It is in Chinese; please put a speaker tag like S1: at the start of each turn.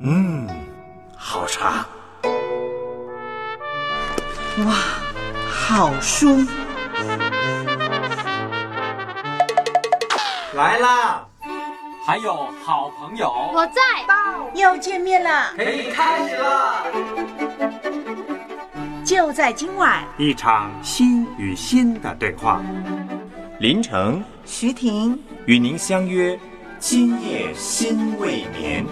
S1: 嗯，好茶。
S2: 哇，好书！
S3: 来啦，
S4: 还有好朋友，
S5: 我在，
S2: 又见面了，
S3: 可以开始了。
S2: 就在今晚。
S6: 一场心与心的对话。
S7: 林城
S2: 徐婷，
S7: 与您相约今夜心未眠。